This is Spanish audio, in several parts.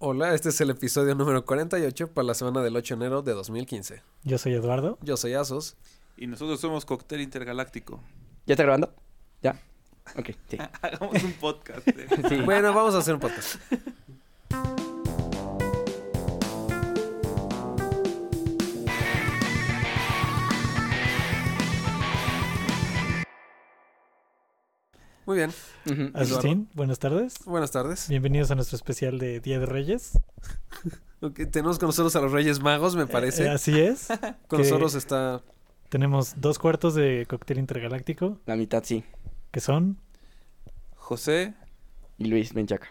Hola, este es el episodio número 48 para la semana del 8 de enero de 2015. Yo soy Eduardo. Yo soy Asos. Y nosotros somos Cóctel Intergaláctico. ¿Ya está grabando? ¿Ya? Ok, sí. Hagamos un podcast. eh. Sí. Bueno, vamos a hacer un podcast. Muy bien, Ujú. Agustín, buenas tardes. buenas tardes. Bienvenidos a nuestro especial de Día de Reyes. Ok, tenemos con nosotros a los Reyes Magos, me parece. Eh, así es. con que- nosotros está... Tenemos dos cuartos de cóctel intergaláctico, La mitad sí. que son... José, Y Luis Menchaca.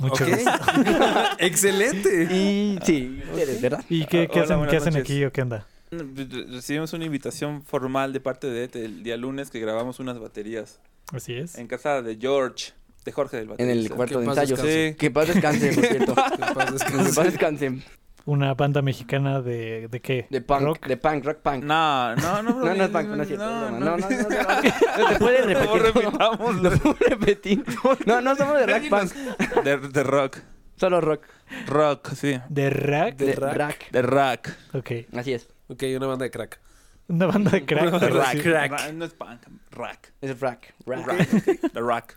Muchas Ok. gracias. ¡Excelente! Y sí, eres, ¿verdad? ¿Y qué, qué Hola, hacen, buenas qué hacen noches. aquí o qué anda? re- recibimos una invitación formal de parte de ETE el día lunes que grabamos unas baterías Así es. en casa de George, de Jorge del En baterista. el cuarto de paz ensayos. descanse. Que paz descanse, por cierto. Que en paz que descanse. paz descanse. Una banda mexicana de... ¿De qué? De punk, Rock. de punk, rock punk. No, no, no. No, no es punk, no es cierto. No, es broma. No, no, no, no, no. no. No te puedes No repetir. No, repitamos. no puedo repetir. No, no somos de rock punk. De, de rock. Solo rock. Rock, sí. ¿De Rack? De De rock. rock. De rock. Ok. Así es. Ok, una banda de crack. Una banda de crack. Una banda de pero rock. sí. Crack. Ra- No es punk. Rock. Es rock. Rock. Rock. The rock.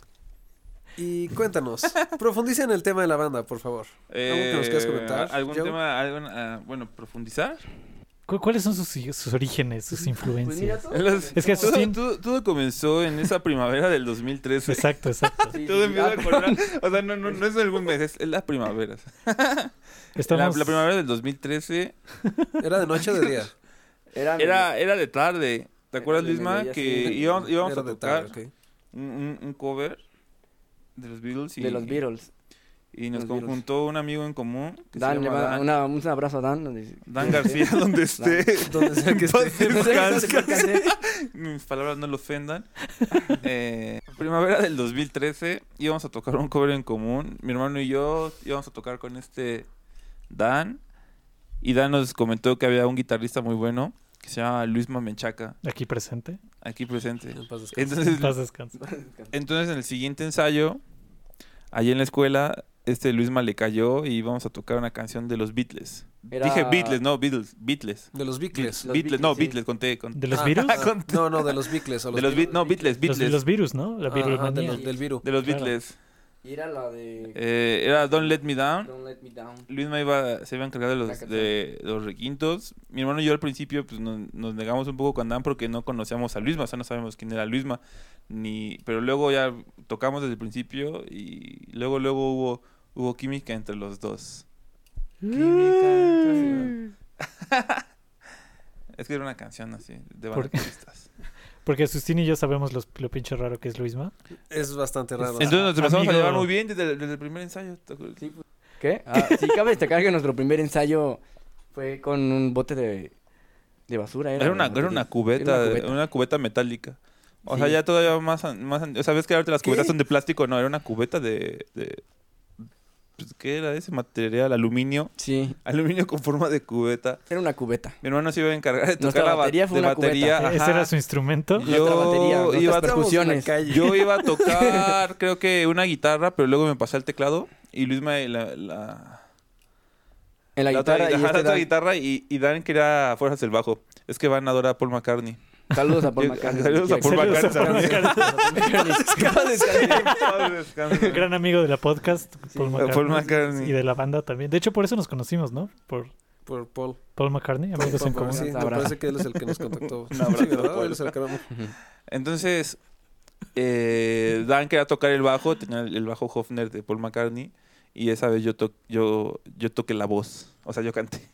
Y cuéntanos, profundiza en el tema de la banda, por favor. ¿Algo que nos quieras Eh, comentar, ¿Algún Joe? tema? algún, ah, bueno, profundizar. ¿Cu- ¿Cuáles son sus, sus orígenes, sus Pues mira influencias? tú. Los- Es que todo, Asustín- todo- todo comenzó en esa primavera del 2013. Exacto, exacto. Sí, Todo sí, empieza ah, con una- O sea, no, no, no es algún mes, es, es la primavera. La, Estamos... la primavera del 2013 ¿Era de noche o de día? Era, era, era de tarde. ¿Te acuerdas, de Lisma? mediodía, Que sí. íbamos, íbamos Era a de tocar tarde, ok. un, un- un cover de los Beatles. Y, de los Beatles. Y nos los Beatles. conjuntó un amigo en común. Que se Dan, le llama manda Dan, una- un abrazo a Dan. donde- Dan García, donde esté. Donde sea que Donde esté. esté. Descanse. mis palabras no lo ofendan. Eh, primavera del 2013 íbamos a tocar un cover en común. Mi hermano y yo íbamos a tocar con este Dan. Y Dan nos comentó que había un guitarrista muy bueno que se llama Luis Mamenchaca, Aquí presente. aquí presente. En paz descanse. Entonces, Paz descanse. entonces en el siguiente ensayo, allí en la escuela, este Luisma le cayó y íbamos a tocar una canción de los Beatles. Era- Dije Beatles, no, Beatles, Beatles. De los Bicles. Beatles, Los no, Beatles, sí. Beatles, conté. Con, ¿De los Ah, virus? ah, con- No, no, de los Bicles. de los Beatles, no, Beatles, Los, Beatles. los virus, ¿no? La de virusmanía. los, del virus. De los Claro. Beatles. Y era la de Eh, era Don't Let Me Down. Don't Let Me Down. Luis me iba, se iba a encargar de La los, canción. de los requintos. Mi hermano y yo al principio pues, nos, nos negamos un poco con Dan porque no conocíamos a Luisma, o sea, no sabemos quién era Luisma. Ni, pero luego ya tocamos desde el principio y luego luego hubo, hubo química entre los dos. Es que era una canción así, de ¿Por qué? bateristas. Porque Asustín y yo sabemos los- lo pinche raro que es Luisma. Es bastante raro. Entonces nos empezamos Amigo. a llevar muy bien desde, desde el primer ensayo. ¿te acuerdas? Sí, pues. ¿Qué? Ah, sí, cabe destacar que nuestro primer ensayo fue con un bote de, de basura. Era, Era una, de era una batería. cubeta, Era de- una una cubeta. cubeta, metálica. O Sí. sea, ya todavía más, an- más an- O sea, ves que ahorita las ¿Qué? cubetas son de plástico. No, era una cubeta de... de- pues, ¿Qué era ese material? Aluminio. Sí, Aluminio con forma de cubeta. era una cubeta. Mi hermano se iba a encargar de Nuestra tocar la ba- batería fue de una cubeta. batería. E- Ese ajá. era su instrumento. Yo Nuestra batería, nuestras iba a- percusiones. Yo iba a tocar, creo que una guitarra, pero luego me pasé al teclado. Y Luis me... La, la- En la, la otra, guitarra y ajá, la este otra Dan. guitarra y, y Dan quería a fuerzas el bajo. Es que Van adora a Paul McCartney. Saludos a Paul Yo- McCartney. saludos a Paul Saludos a McCartney. Paul McCartney, Gran amigo de la podcast, Paul Paul McCartney. McCartney. Y de la banda también. De hecho, por eso nos conocimos, ¿no? Por Por Paul. Paul McCartney, amigos en Por- común. Sí, me Abrazo. parece que él es el que nos contactó. Un abrazo, Sí, ¿verdad? Paul. Él es el que era- Entonces, eh, Dan quería tocar el bajo, tenía el el bajo Hofner de Paul McCartney, y esa vez yo, to- yo, yo toqué la voz, o sea, yo canté.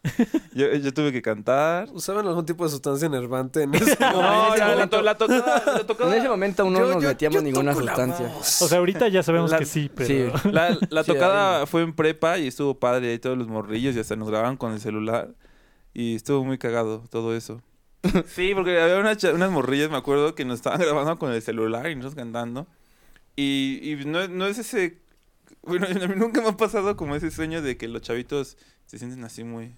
yo, yo tuve que cantar. ¿Usaban algún tipo de sustancia enervante en ese No, en la, ese la momento- to- la tocada, la En tocada- ese momento aún no Yo- nos yo- metíamos yo ninguna toco la sustancia. voz. O sea, ahorita ya sabemos La- que sí, pero... Sí. La, la Sí, tocada ahí. fue en prepa y estuvo padre, y todos los morrillos y hasta nos grababan con el celular. Y estuvo muy cagado todo eso. Sí, porque había unas, cha- unas morrillas, me acuerdo, que nos estaban grabando con el celular y nosotros cantando. Y, y no, no es ese... Bueno, a mí nunca me ha pasado como ese sueño de que los chavitos se sienten así muy...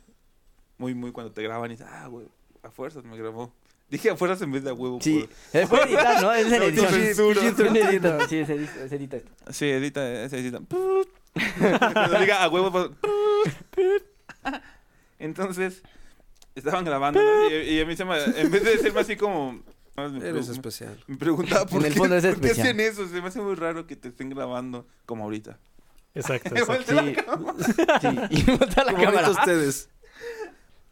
Muy, muy cuando te graban y dices, ah, güey, a fuerzas me grabó. Dije a fuerzas en vez de a huevo. Sí, por- se puede editar, ¿no? Es en No, edición. censura. Sí, se edita, Sí, se edita, se edita esto. Sí, edita, eh, se edita. Cuando diga a huevo. pues, Entonces, estaban grabando, ¿no? Y, y a mí se me. En vez de decirme así como. "Ah, me Eres preocupa", especial. me preguntaba por En qué, el fondo es por qué especial. hacen eso. Se me hace muy raro que te estén grabando como ahorita. Exacto. Me exacto. volteé la Sí. cámara. Sí, y bota la Como ahorita cámara. ustedes.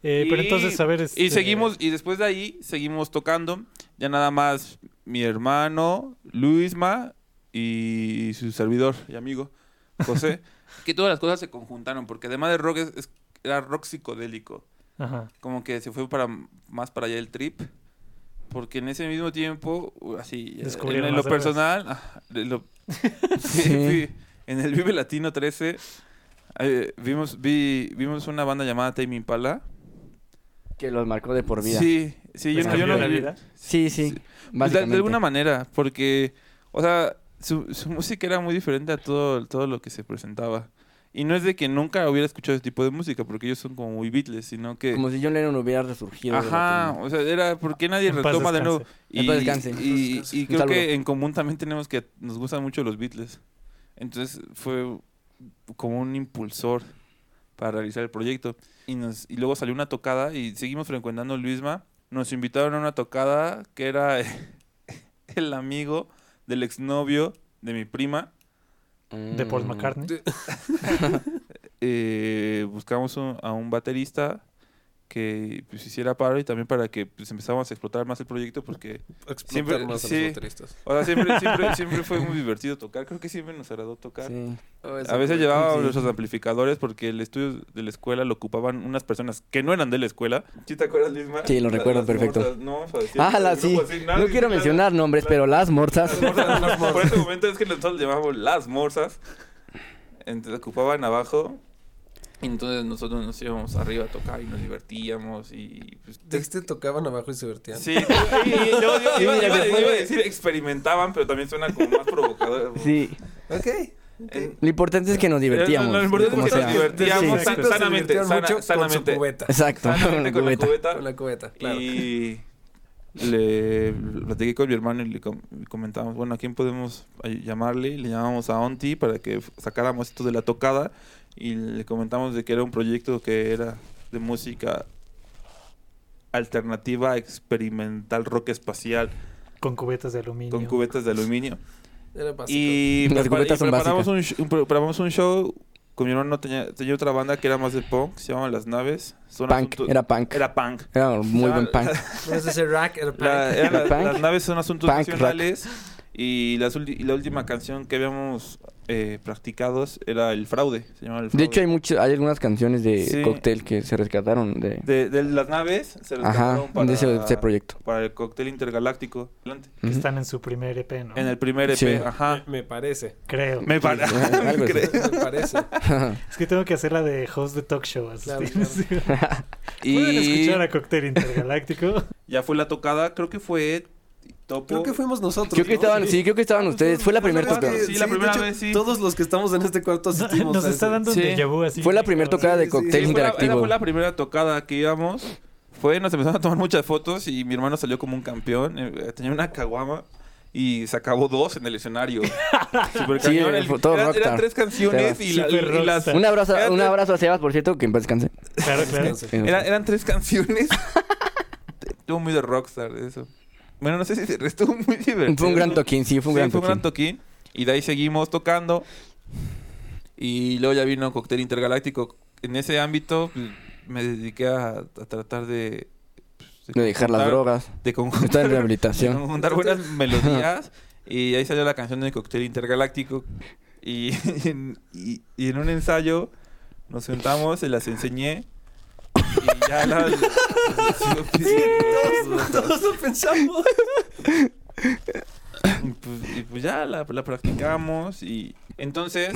Eh, Pero Y- entonces, a ver. Y este, seguimos, y después de ahí seguimos tocando. Ya nada más mi hermano, Luisma y su servidor y amigo, José. que todas las cosas se conjuntaron, porque además de rock es- es- era rock psicodélico. Ajá. Como que se fue para más para allá el trip. Porque en ese mismo tiempo, u- así, en- en, Descubrieron lo las drogas. personal, ah, de lo- sí, sí, en el Vive Latino 13, eh, vimos, vi- vimos una banda llamada Tame Impala. Que los marcó de por vida. Sí, Sí, sí, yo ¿Les no, yo Pues cambió no- la vida? sí. Sí. Pues de- De, Básicamente. alguna manera, porque, o sea, su, su música era muy diferente a todo, todo lo que se presentaba. Y no es de que nunca hubiera escuchado ese tipo de música, porque ellos son como muy Beatles, sino que... Como si John Lennon hubiera resurgido. de la Ajá, tumba. o sea, era porque nadie En paz retoma de descanse. nuevo. En Y, paz descanse. En paz y- descanse. y Un creo saludo. que en común también tenemos que nos gustan mucho los Beatles. Entonces fue como un impulsor para realizar el proyecto. Y, nos, y luego salió una tocada y seguimos frecuentando Luisma. Nos invitaron a una tocada que era el amigo del exnovio de mi prima. De Paul Mm. McCartney. De- eh, buscamos un- a un baterista que pues, hiciera paro y también para que pues, empezáramos a explotar más el proyecto porque Explotar Siempre- más a sí. los bateristas. o sea, siempre, siempre, siempre fue muy divertido tocar. Creo que siempre nos agradó tocar. Sí. A veces llevábamos sí. nuestros amplificadores porque el estudio de la escuela lo ocupaban unas personas que no eran de la escuela. ¿Sí te acuerdas, Lisma? Sí, lo Las- recuerdo las perfecto. morsas, no vamos a decir Ah, la el sí. grupo así, nadie, No quiero sí, las- mencionar nombres, pero las las morsas. morsas, las morsas. Por este momento es que nosotros llamábamos las morsas. Entonces ocupaban abajo. Y entonces nosotros nos íbamos arriba a tocar y nos divertíamos y... pues, Dexter este tocaban abajo y se vertían. Sí, y- y- yo- yo Sí, iba, mira, iba- se iba fue. a decir experimentaban, pero también suena como más provocador. Sí. Ok. En- Lo importante es que nos divertíamos. Eh, Lo importante como es que sea. nos divertíamos Sí. san- Exacto, se sanamente, divirtieron sana- mucho Con sanamente. su cubeta. Exacto. Sanamente con la cubeta. cubeta. Con la cubeta, claro. Y le platiqué con mi hermano y le com- comentamos, bueno, ¿a quién podemos ay- llamarle? Y Le llamamos a Onti para que f- sacáramos esto de la tocada y le comentamos de que era un proyecto que era de música alternativa experimental rock espacial Con cubetas de aluminio. con cubetas de aluminio Era básico. y, Las prepara- cubetas y son preparamos, un sh- un pro- preparamos un show con mi hermano tenía, tenía otra banda que era más de punk se llamaba Las Naves Son Punk. asuntos- Era punk. era punk Era un muy Era- buen punk. No es ese rack, era La- pack. eran las- Punk. las naves son asuntos Punk rock. nacionales y, las ulti- y la última canción que habíamos eh, practicado era El Fraude. Se llamaba El De Fraude. hecho, hay muchas, hay algunas canciones de Sí. cóctel que se rescataron de. de, de las naves se Ajá, rescataron para, de ese, de ese proyecto. para el cóctel intergaláctico. Adelante. Que Ujú. están en su primer EP, ¿no? En el primer EP, Sí. ajá. Me parece. Creo. Me para. Algo así. Me parece. Es que tengo que hacer la de host de talk show. así. Claro, claro. Pueden Y escuchar a Cóctel Intergaláctico. ya fue la tocada, creo que fue Topo. Creo que fuimos nosotros. Creo que ¿no? estaban, sí, creo que estaban ustedes. Fue la Creo primera que- tocada. Sí, la de primera hecho, vez, sí. Todos los que estamos en este cuarto asistimos. Nos a está ese. dando Sí. un déjà vu así. Fue la primera tocada de sí, Sí, cóctel fue la- esa interactivo. fue la primera tocada que íbamos. Fue, nos empezaron a tomar muchas fotos y mi hermano salió como un campeón. eh, Tenía una caguama y se acabó dos en el escenario. Super Sí, cañón. eh, El- fue todo eran, rockstar. eran tres canciones y, la- Super y las... rockstar. Un abrazo, Era- un abrazo a Sebas, por cierto, que en paz descanse. Claro, claro. Descanse. En- era- eran tres canciones. Estuvo muy de rockstar eso. Bueno, no sé si se- estuvo muy divertido. Fue un gran toquín, sí, fue un Sí, gran fue un gran toquín. toquín. Y de ahí seguimos tocando. Y luego ya vino Cóctel Intergaláctico. En ese ámbito pues, me dediqué a, a tratar de... pues, De dejar las conjuntar- drogas, De está en conjuntar, de rehabilitación. conjuntar buenas melodías. Y ahí salió la canción de Cóctel Intergaláctico. Y, y en- y- y en un ensayo nos sentamos, se las enseñé. Y ya la... Todos lo pensamos. Y pues, y pues ya la, la practicamos y entonces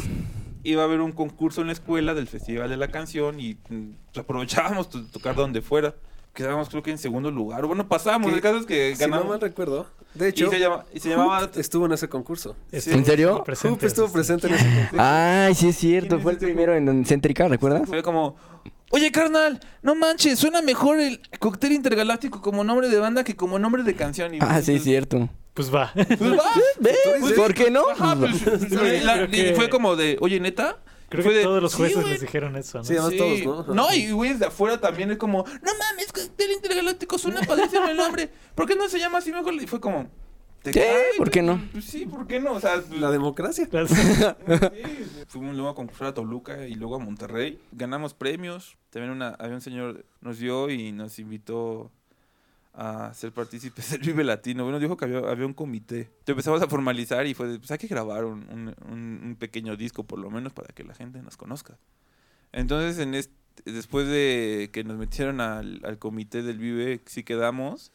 iba a haber un concurso en la escuela del Festival de la Canción y mm, pues, aprovechábamos to- tocar donde fuera. Quedábamos creo que en segundo lugar. Bueno, pasamos. Que- El caso es que Si no ganamos. mal recuerdo. De y, hecho, se llama- y se llamaba... Hoop estuvo en ese concurso. Estuvo ¿En serio? presente, Hoop estuvo sí. presente en ese concurso. Ay, sí es cierto, ¿Quién fue el es ese primero en Céntrica, ¿recuerdas? Fue como... Oye, carnal, no manches, suena mejor el cóctel intergaláctico como nombre de banda que como nombre de canción. Y Ah, sí es entonces, cierto. Pues va. Pues va. ¿Ve? Entonces- ¿Por qué no? Ajá, pues, Sí, creo la- y que- Fue como de, oye, neta, Creo Fue que de, todos los "Sí, jueces güey". les dijeron eso, ¿no? Sí, además todos, ¿no? Ajá. No, y güey, de afuera también es como, no mames, cóctel intergaláctico suena padrísimo el nombre. ¿Por qué no se llama así mejor? Y fue como, ¿te Sí, cae, ¿por güey? qué no? Pues sí, ¿por qué no? O sea, pues, La democracia. Las- sí. fuimos luego a concursar a Toluca y luego a Monterrey. Ganamos premios. También una, había un señor nos dio y nos invitó a ser partícipes del Vive Latino. Bueno, dijo que había, había un comité. Entonces empezamos a formalizar y fue, de, pues hay que grabar un, un- un- un pequeño disco por lo menos para que la gente nos conozca. Entonces, en este, después de que nos metieron al, al comité del Vive, sí quedamos.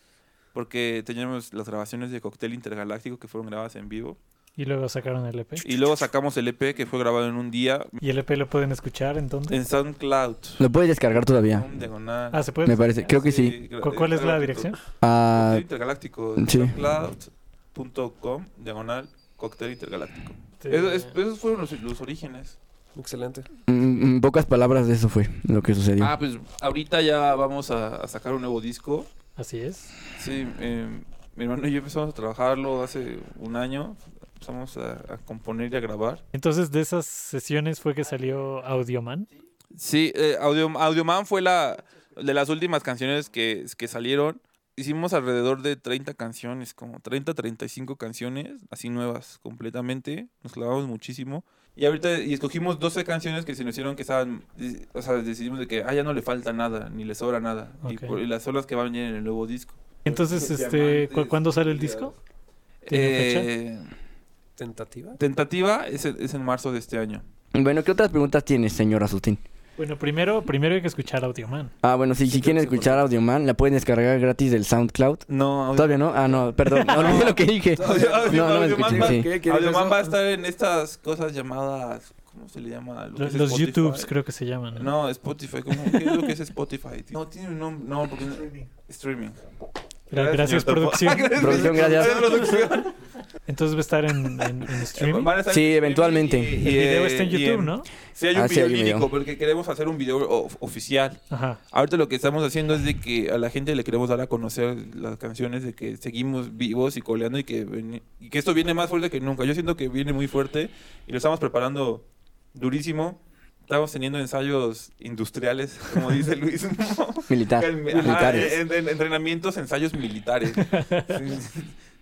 Porque teníamos las grabaciones de Cóctel Intergaláctico que fueron grabadas en vivo. y luego sacaron el EP. Y luego sacamos el EP que fue grabado en un día ¿Y el EP lo pueden escuchar entonces? en SoundCloud. Lo puedes descargar todavía. Un diagonal. Ah, ¿se puede? Me parece, creo que sí. Sí, gra- ¿Cu- ¿Cuál es la gratuito. dirección? Ah, Cóctel Intergaláctico. sí. SoundCloud.com, diagonal, cóctel intergaláctico. Eso- es- pues. esos fueron los, los orígenes. Excelente. mm, mm, pocas palabras de eso fue lo que sucedió. Ah, pues ahorita ya vamos a, a sacar un nuevo disco. Así es. Sí, eh, mi hermano y yo empezamos a trabajarlo hace un año. Empezamos a, a componer y a grabar. Entonces, de esas sesiones fue que salió Audioman. Sí, eh, Audio, Audioman fue la de las últimas canciones que, que salieron. Hicimos alrededor de 30 canciones, como 30, 35 canciones, así nuevas completamente. Nos clavamos muchísimo. Y ahorita y escogimos 12 canciones que se nos hicieron que estaban, eh, o sea, decidimos de que, ah, ya no le falta nada, ni le sobra nada. Y, Ok. por- y las son las que van a venir en el nuevo disco. Entonces, este, ¿cu- ¿cuándo sale el disco? ¿Tiene Eh, ¿Tentativa? tentativa es, en- es en marzo de este año. Bueno, ¿qué otras preguntas tienes, señor Asustín? Bueno, primero, primero hay que escuchar Audioman. Ah, bueno, sí, si Sí, quieren sí, por escuchar Audioman, la pueden descargar gratis del SoundCloud. No, Audio- Todavía no. Ah, no, perdón. No, olvidé lo que dije. Audio- Audio- No, no me Audioman escuché. va- sí. ¿Qué? ¿Qué Audioman dijo va a eso? estar en estas cosas llamadas, ¿cómo se le llama? Lo que Los, es los Spotify. YouTubes creo que se llaman. ¿no? No, Spotify, ¿cómo? ¿qué es lo que es Spotify? tío? No, tiene un nombre, no, porque no- streaming. Gra- Gracias, señor Topo. producción. Producción, gracias. producción. Entonces va a estar en, en- en streaming. Van a estar Sí, en eventualmente. El streaming y- y, video eh, está en y YouTube, ¿no? Sí, hay un Ah, sí, video hay un lírico, video. porque queremos hacer un video of- oficial. Ajá. Ahorita lo que estamos haciendo es de que a la gente le queremos dar a conocer las canciones de que seguimos vivos y coleando y que, ven- y que esto viene más fuerte que nunca. Yo siento que viene muy fuerte y lo estamos preparando durísimo. Estamos teniendo ensayos industriales, como dice Luis. Militar. Calme- ajá, Militares. en- en- entrenamientos, ensayos militares.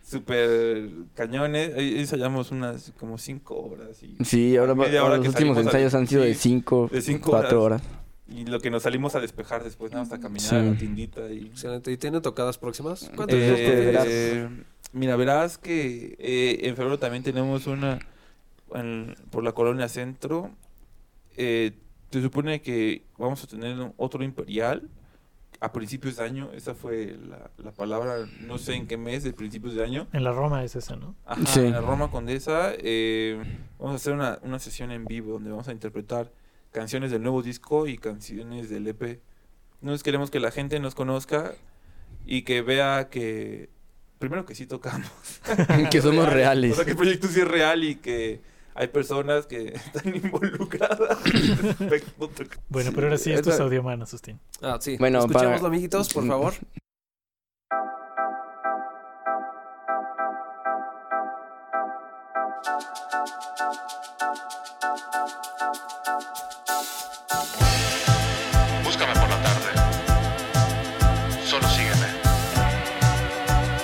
Sí, Súper cañones. Ahí ensayamos unas como cinco horas. Y, Sí, ahora va- eh, Media hora ahora que los últimos salimos a- ensayos han sido de sí, 5, de cinco 4 horas. y lo que nos salimos a despejar después, nada más a caminar Sí. a la tiendita. Y, Excelente. ¿Y tiene tocadas próximas? ¿Cuántos Eh, días ustedes tiene? verás. Eh, mira, verás que eh, en febrero también tenemos una en- por la colonia centro. Eh, se supone que vamos a tener otro imperial a principios de año. Esa fue la, la palabra, no sé en qué mes, de principios de año. En la Roma es esa, ¿no? Ajá, Sí. en la Roma Condesa. eh, vamos a hacer una, una sesión en vivo donde vamos a interpretar canciones del nuevo disco y canciones del E EP. Nos queremos que la gente nos conozca y que vea que, primero que sí tocamos. Que somos O sea, reales. que el proyecto sí es real y que hay personas que están involucradas. Bueno, pero ahora sí, esto es esa- Audioman, Asustín. Ah, sí. Bueno, Bueno, Escuchémoslo, para- amiguitos, por favor. Búscame por la tarde. Solo sígueme.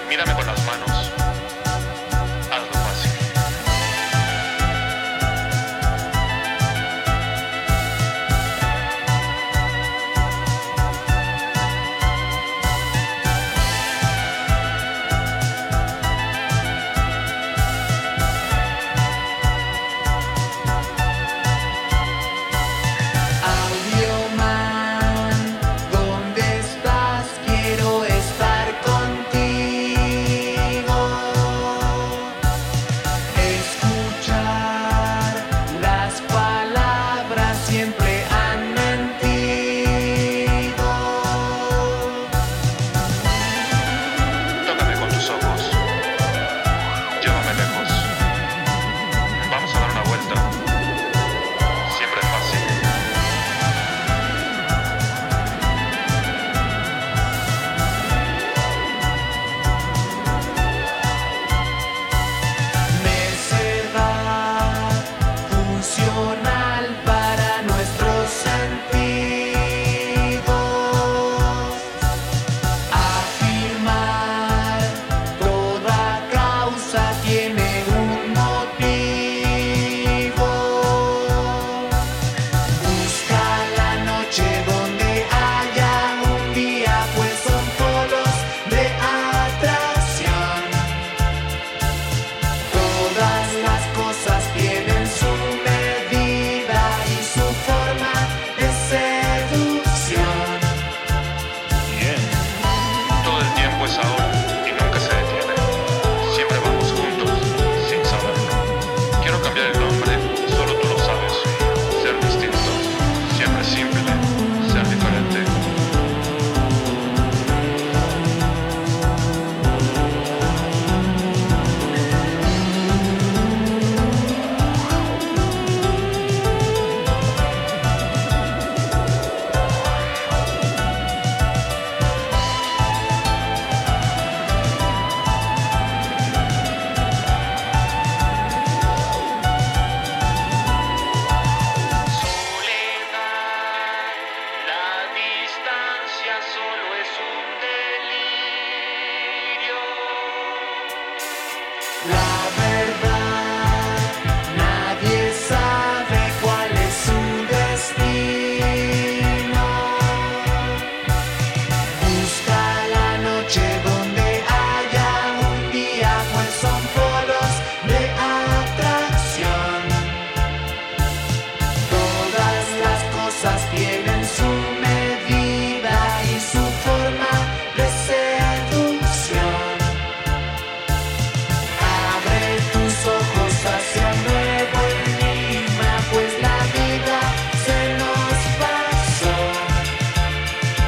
Mírame con las manos. Hazlo fácil. pues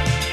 pues pues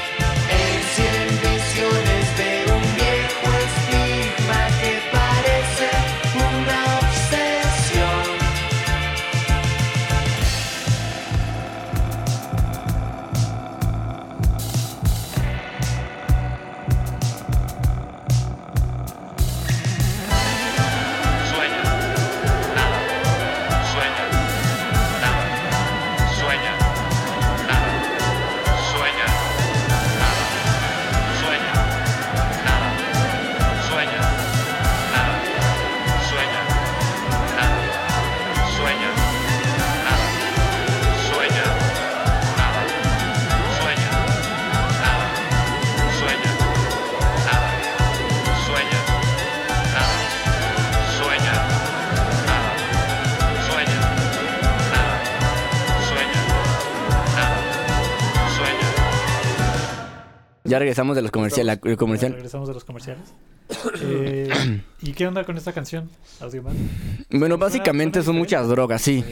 Ya regresamos de los comerciales. El comercial. Regresamos de los comerciales. Eh, ¿Y qué onda con esta canción? Audioman. Bueno, Suena- básicamente suena son diferente. muchas drogas, sí.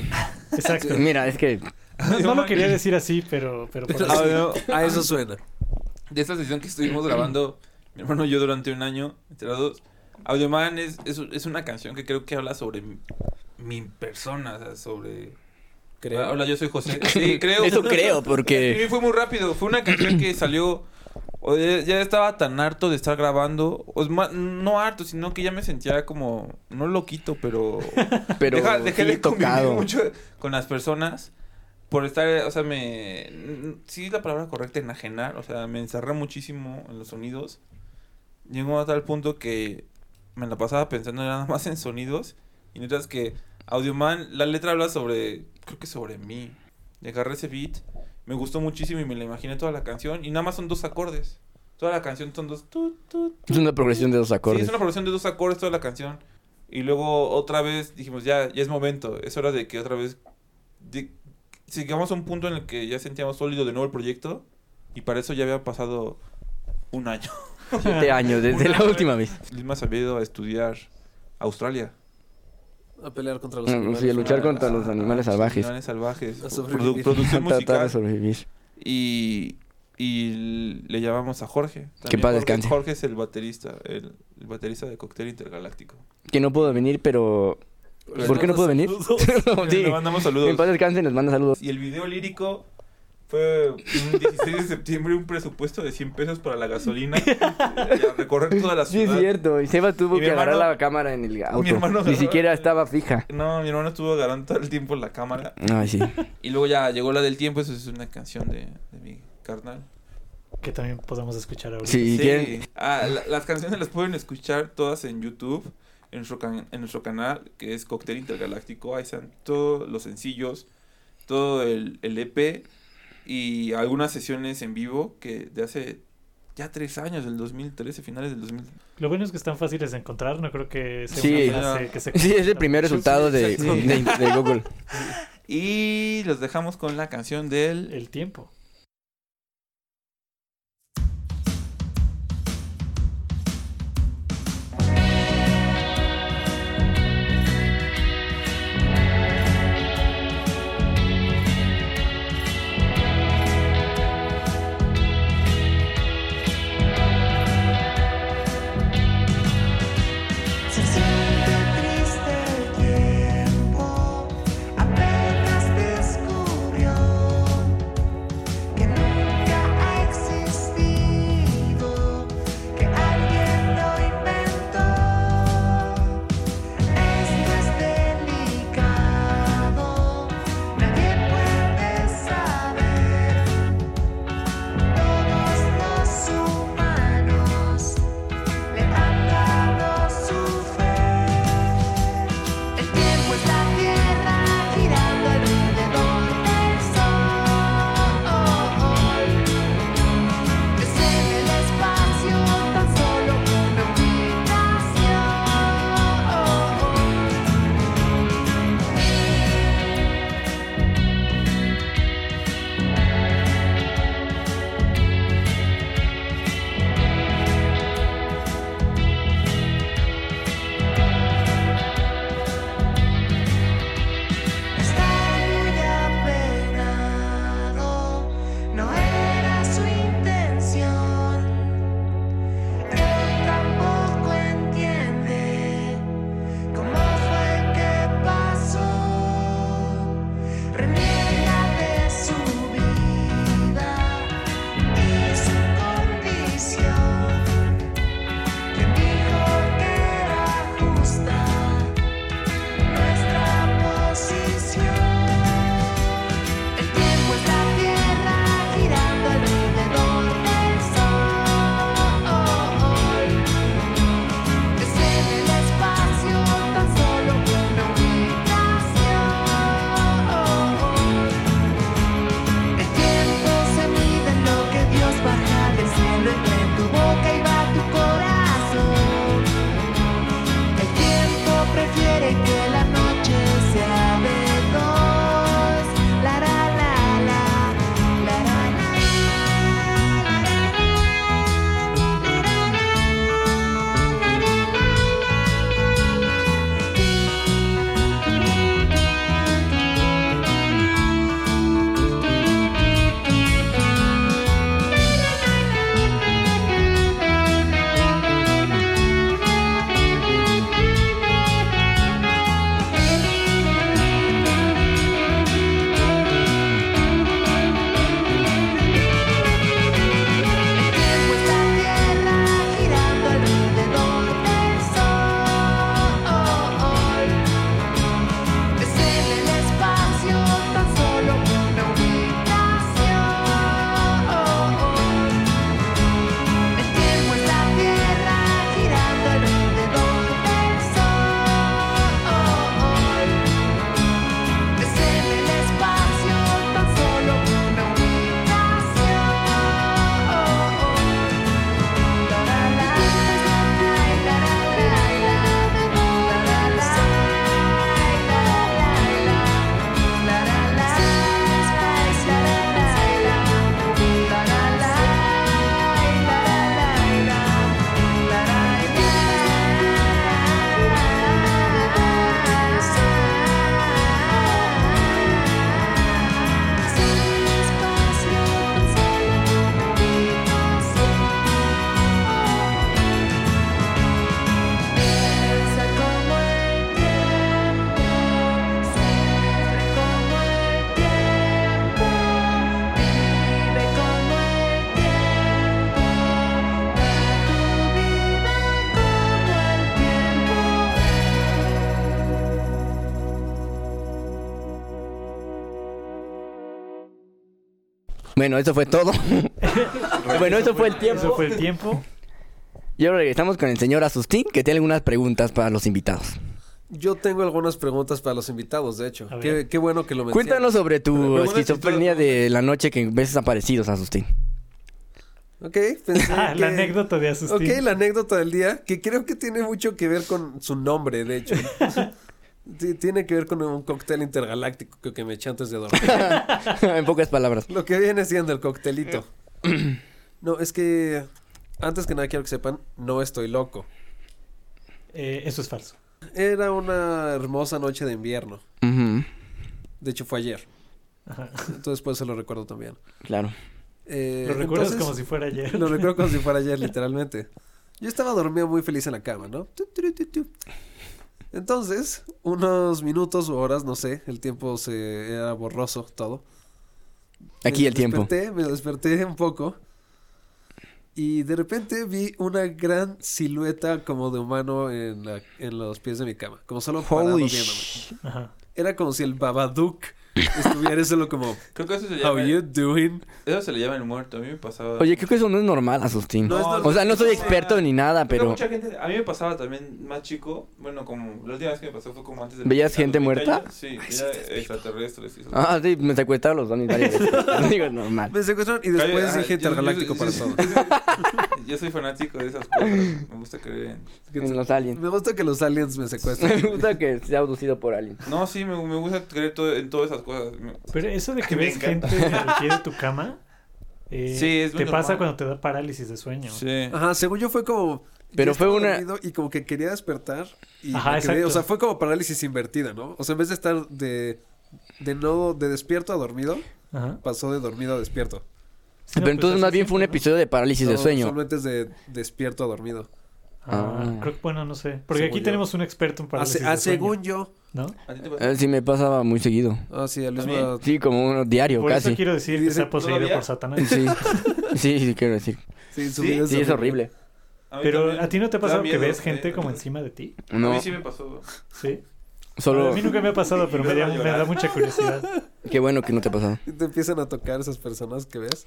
Exacto. Mira, es que No, no lo quería decir así, pero, pero por Ah, bueno, A eso suena. de esta sesión que estuvimos grabando, mi hermano y yo durante un año, entre los dos, Audioman es, es, es una canción que creo que habla sobre mi, mi persona, o sea, sobre... Creo. Hola, yo soy José. Sí, creo. eso creo, porque Sí, fue muy rápido. Fue una canción que salió. o Ya ya estaba tan harto de estar grabando. o es ma- no harto, sino que ya me sentía como. No loquito, pero. pero Deja- dejé sí de convivir tocado. mucho con las personas. Por estar. O sea, me. n- Sí, es la palabra correcta, enajenar. O sea, me encerré muchísimo en los sonidos. Llegó a tal punto que me la pasaba pensando nada más en sonidos. Y mientras que Audioman, la letra habla sobre, creo que sobre mí. Le agarré ese beat, me gustó muchísimo y me la imaginé toda la canción. Y nada más son dos acordes. Toda la canción son dos... tu, tu, tu. Es una progresión de dos Sí, acordes. es una producción de dos acordes toda la canción. Y luego otra vez dijimos, ya, ya es momento. Es hora de que otra vez... de- sigamos a un punto en el que ya sentíamos sólido de nuevo el proyecto. Y para eso ya había pasado un año. Siete años desde la última vez. Lima se había ido a estudiar a Australia. A pelear contra los Mm, Sí, a animales. luchar contra los animales salvajes. Animales salvajes. A Produ- sobrevivir. producción Tratar de musical. sobrevivir. Y, y le llamamos a Jorge. También Que en paz Jorge- descanse. Jorge es el baterista, el, el baterista de Cóctel Intergaláctico. Que no pudo venir, pero... Pues ¿Por qué no pudo venir? Oh, sí. Le mandamos En paz saludos. descanse, les manda saludos. Y el video lírico fue un 16 de septiembre un presupuesto de 100 pesos para la gasolina. y a recorrer toda la Sí, es ciudad. cierto. Y Seba tuvo Y mi que agarrar hermano- la cámara en el auto. hermano Ni agarró- siquiera estaba fija. no, mi hermano estuvo agarrando todo el tiempo la cámara. Ay, sí. Y luego ya llegó la del tiempo, eso es una canción de, de mi carnal. que también podamos escuchar ahorita. Sí, Sí. ¿quién? Ah, la- las canciones las pueden escuchar todas en YouTube, en nuestro, can- en nuestro canal, que es Cóctel Intergaláctico. Ahí están todos los sencillos, todo el, el EP y algunas sesiones en vivo que de hace ya tres años, del 2013, finales del 2013. Lo bueno es que están fáciles de encontrar, no creo que sea Sí. una frase que se Sí, es el primer resultado de, exacto. de, de Google. Y los dejamos con la canción del... el tiempo. Se siente triste el tiempo, apenas descubrió Bueno, eso fue todo. bueno, eso fue el tiempo. Eso fue el tiempo. Y ahora regresamos con el señor Asustín, que tiene algunas preguntas para los invitados. Yo tengo algunas preguntas para los invitados, de hecho. A ver. Qué, qué bueno que lo mencionas. Cuéntanos sobre tu Preguntas y esquizofrenia todo. de la noche que ves desaparecidos, Asustín. Ok, pensé Ah, que- la anécdota de Ok, Asustín. la anécdota del día, que creo que tiene mucho que ver con su nombre, de hecho. Ti- tiene que ver con un cóctel intergaláctico que, que me eché antes de dormir. en pocas palabras. Lo que viene siendo el coctelito. Eh. No, es que antes que nada quiero que sepan, no estoy loco. Eh, eso es falso. Era una hermosa noche de invierno. Ujú, De hecho fue ayer. Ajá. Entonces por eso lo recuerdo también. Claro. Eh, Lo recuerdas entonces, como si fuera ayer. Lo recuerdo como si fuera ayer, literalmente. Yo estaba dormido muy feliz en la cama, ¿no? Tu, tu, tu, tu. Entonces, unos minutos o horas, no sé, el tiempo se era borroso todo. Aquí Me el tiempo. Desperté, me desperté un poco. Y de repente vi una gran silueta como de humano en, la- en los pies de mi cama. Como solo parado Holy viéndome. sh... Ajá. Era como si el Babadook estuviera solo como... Creo que eso se How llama. you doing? Eso se le llama el muerto. A mí me pasaba. Oye, creo que eso no es normal, Asustín. No es o sea, no soy experto ni Creo nada, que pero mucha gente- a mí me pasaba también más chico. Bueno, como la última vez que me pasó fue como antes de. ¿Veías a los 20 gente muerta? años. Sí, veía este, extraterrestres. y eso. ah, sí, me secuestraron los donis varias veces. No digo, es normal. Me secuestraron y Calle- después ajá, dije yo- intergaláctico yo- para yo- todo. yo- Yo soy fanático de esas cosas. Me gusta creer en. En los aliens. Me gusta que los aliens me secuestren. Me gusta que sea abducido por aliens. No, sí, me, me gusta creer todo- en todas esas cosas. Me- Pero eso de que Me ves gente encanta. al pie de tu cama, eh, Sí, es muy te pasa normal. cuando te da parálisis de sueño. Sí. Ajá, según yo fue como. Pero yo fue estaba una- dormido Y como que quería despertar. Y Ajá, me quedé- exacto. O sea, fue como parálisis invertida, ¿no? O sea, en vez de estar de. De no. De despierto a dormido, Ajá. pasó de dormido a despierto. Sí, Pero no, pues, entonces más así bien fue un siempre, episodio de parálisis de No, sueño. Solamente es de despierto a dormido. ¿no? Ah, Ah. creo que bueno, no sé. Porque Según aquí yo. tenemos un experto en A, parálisis a ah, de sueño. según yo. ¿no? ¿A ti te pasa? Eh, Sí, me pasaba muy seguido. Ah, sí, al mismo. También. Sí, como uno diario, Por casi. eso quiero decir que Dice, está poseído ¿todavía? por Satanás. Sí. sí, sí, quiero decir. Sí, su Sí, vida Sí, es horrible. A mí Pero también. a ti no te ha Da pasado que miedo, ves sí. gente como encima de ti. A No, mí sí me pasó. Sí. A solo... mí nunca me ha pasado, pero me, da, me da mucha curiosidad. Qué bueno que no te ha pasado. Y Te empiezan a tocar esas personas que ves.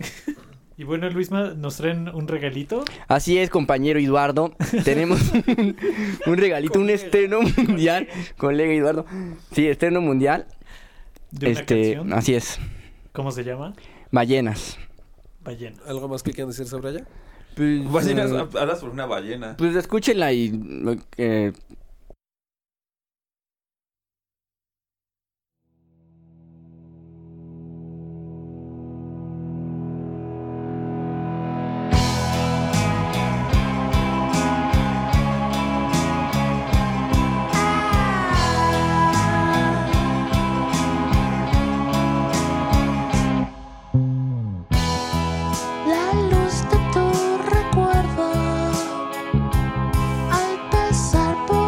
Y bueno, Luisma, nos traen un regalito. Así es, compañero Eduardo. Tenemos un, un regalito, un estreno mundial. Colega Eduardo. Sí, estreno mundial. De una Este, canción. así es. ¿Cómo se llama? Ballenas. Ballena. ¿Algo más que quieran decir sobre ella? Pues, Ballenas, eh, hablas por una ballena. pues escúchenla y... eh, La luz de tu recuerdo al pasar por pues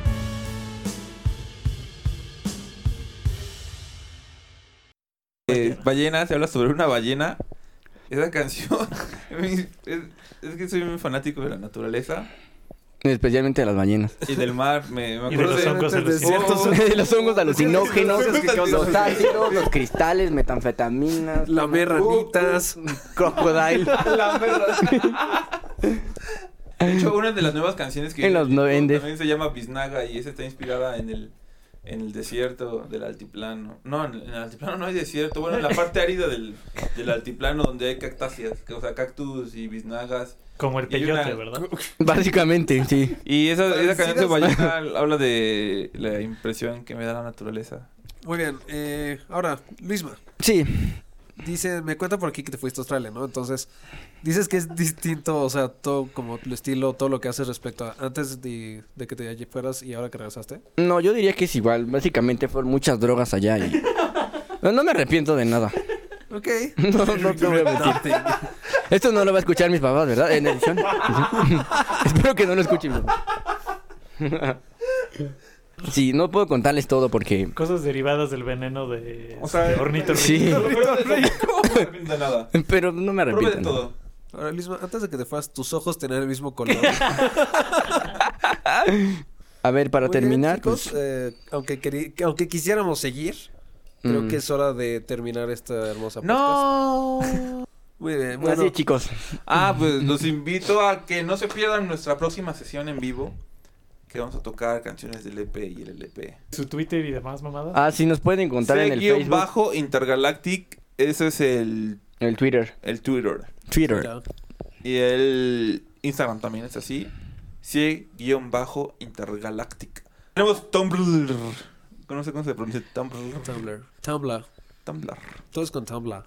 eh, ballena, se habla sobre una ballena. Esa canción. es, es que soy un fanático de la naturaleza Especialmente de las ballenas. y del mar. Me, me Y de acuerdo los de- hongos de- de- alucinantes. Oh, De los hongos alucinógenos, Cosas que causan- los ácidos, los cristales, metanfetaminas, uh, La merranitas. crocodile. De hecho, una de las nuevas canciones que En los noventas. también se llama Biznaga y esa está inspirada en el en el desierto del altiplano. No, en el altiplano no hay desierto. Bueno, en la parte árida del, del altiplano donde hay cactáceas, que- o sea, cactus y biznagas. Como el Y hay una- peyote, ¿verdad? Básicamente, sí. Y esa, esa canción de Parecidas. Ballena habla de la impresión que me da la naturaleza. Muy bien. eh, ahora, Luisma. Sí. Dice, me cuenta por aquí que te fuiste a Australia, ¿no? Entonces, dices que es distinto, o sea, todo como tu estilo, todo lo que haces respecto a antes de, de que te fueras y ahora que regresaste. No, yo diría que es igual. Básicamente fueron muchas drogas allá y... No, no me arrepiento de nada. Ok. No, no te voy a mentir. Esto no lo va a escuchar mis papás, ¿verdad? En edición. Espero que no lo escuchen. mis papás. sí, no puedo contarles todo porque... Cosas derivadas del veneno de, O sea, de ornitorrinco. Sí. No me arrepiento de nada. Pero no me Prove arrepiento. de ¿no? todo. Ahora, Luisma, antes de que te fueras, tus ojos tenían el mismo color. A ver, para Muy bien, terminar... chicos, pues, eh, aunque, queri- que- aunque quisiéramos seguir, creo Mm. que es hora de terminar esta hermosa podcast. No. Muy bien, Así, bueno. chicos. Ah, pues los invito a que no se pierdan nuestra próxima sesión en vivo. Que vamos a tocar canciones del EP y el LP. Su Twitter y demás mamadas. Ah, sí, nos pueden encontrar en el Facebook. bajo Intergalactic. Ese es el, El Twitter. el Twitter. Twitter. Ya. Y el Instagram también es así. C guión bajo Intergalactic. Tenemos Tumblr. No sé cómo se pronuncia Tumblr. Tumblr. Tumblr. Tumblr. Todo es con Tumblr.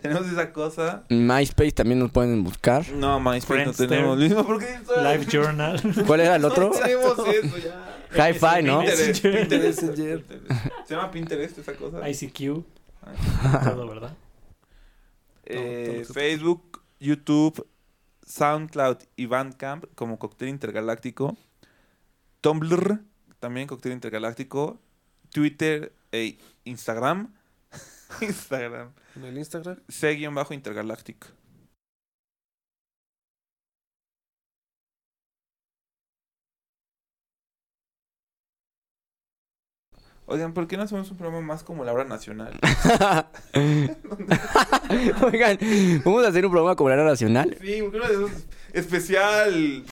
Tenemos esa cosa. En MySpace también nos pueden buscar. No, MySpace no Friendster. tenemos. Luis, ¿por qué estoy- Live Journal. ¿Cuál era el otro? Tenemos eso ya. Hi-Fi, ¿no? Pinterest, Messenger. Pinterest, Pinterest. Se llama Pinterest esa cosa. ICQ. Todo, ¿verdad? Todo, Eh, todo, todo. Facebook, YouTube, SoundCloud y Bandcamp como Cóctel Intergaláctico. Tumblr, también Cóctel Intergaláctico. Twitter e Instagram. Instagram. En el Instagram. C-Intergaláctico. Oigan, ¿por qué no hacemos un programa más como la hora nacional? Oigan, vamos a hacer un programa como la Hora nacional. Sí, porque uno de esos especial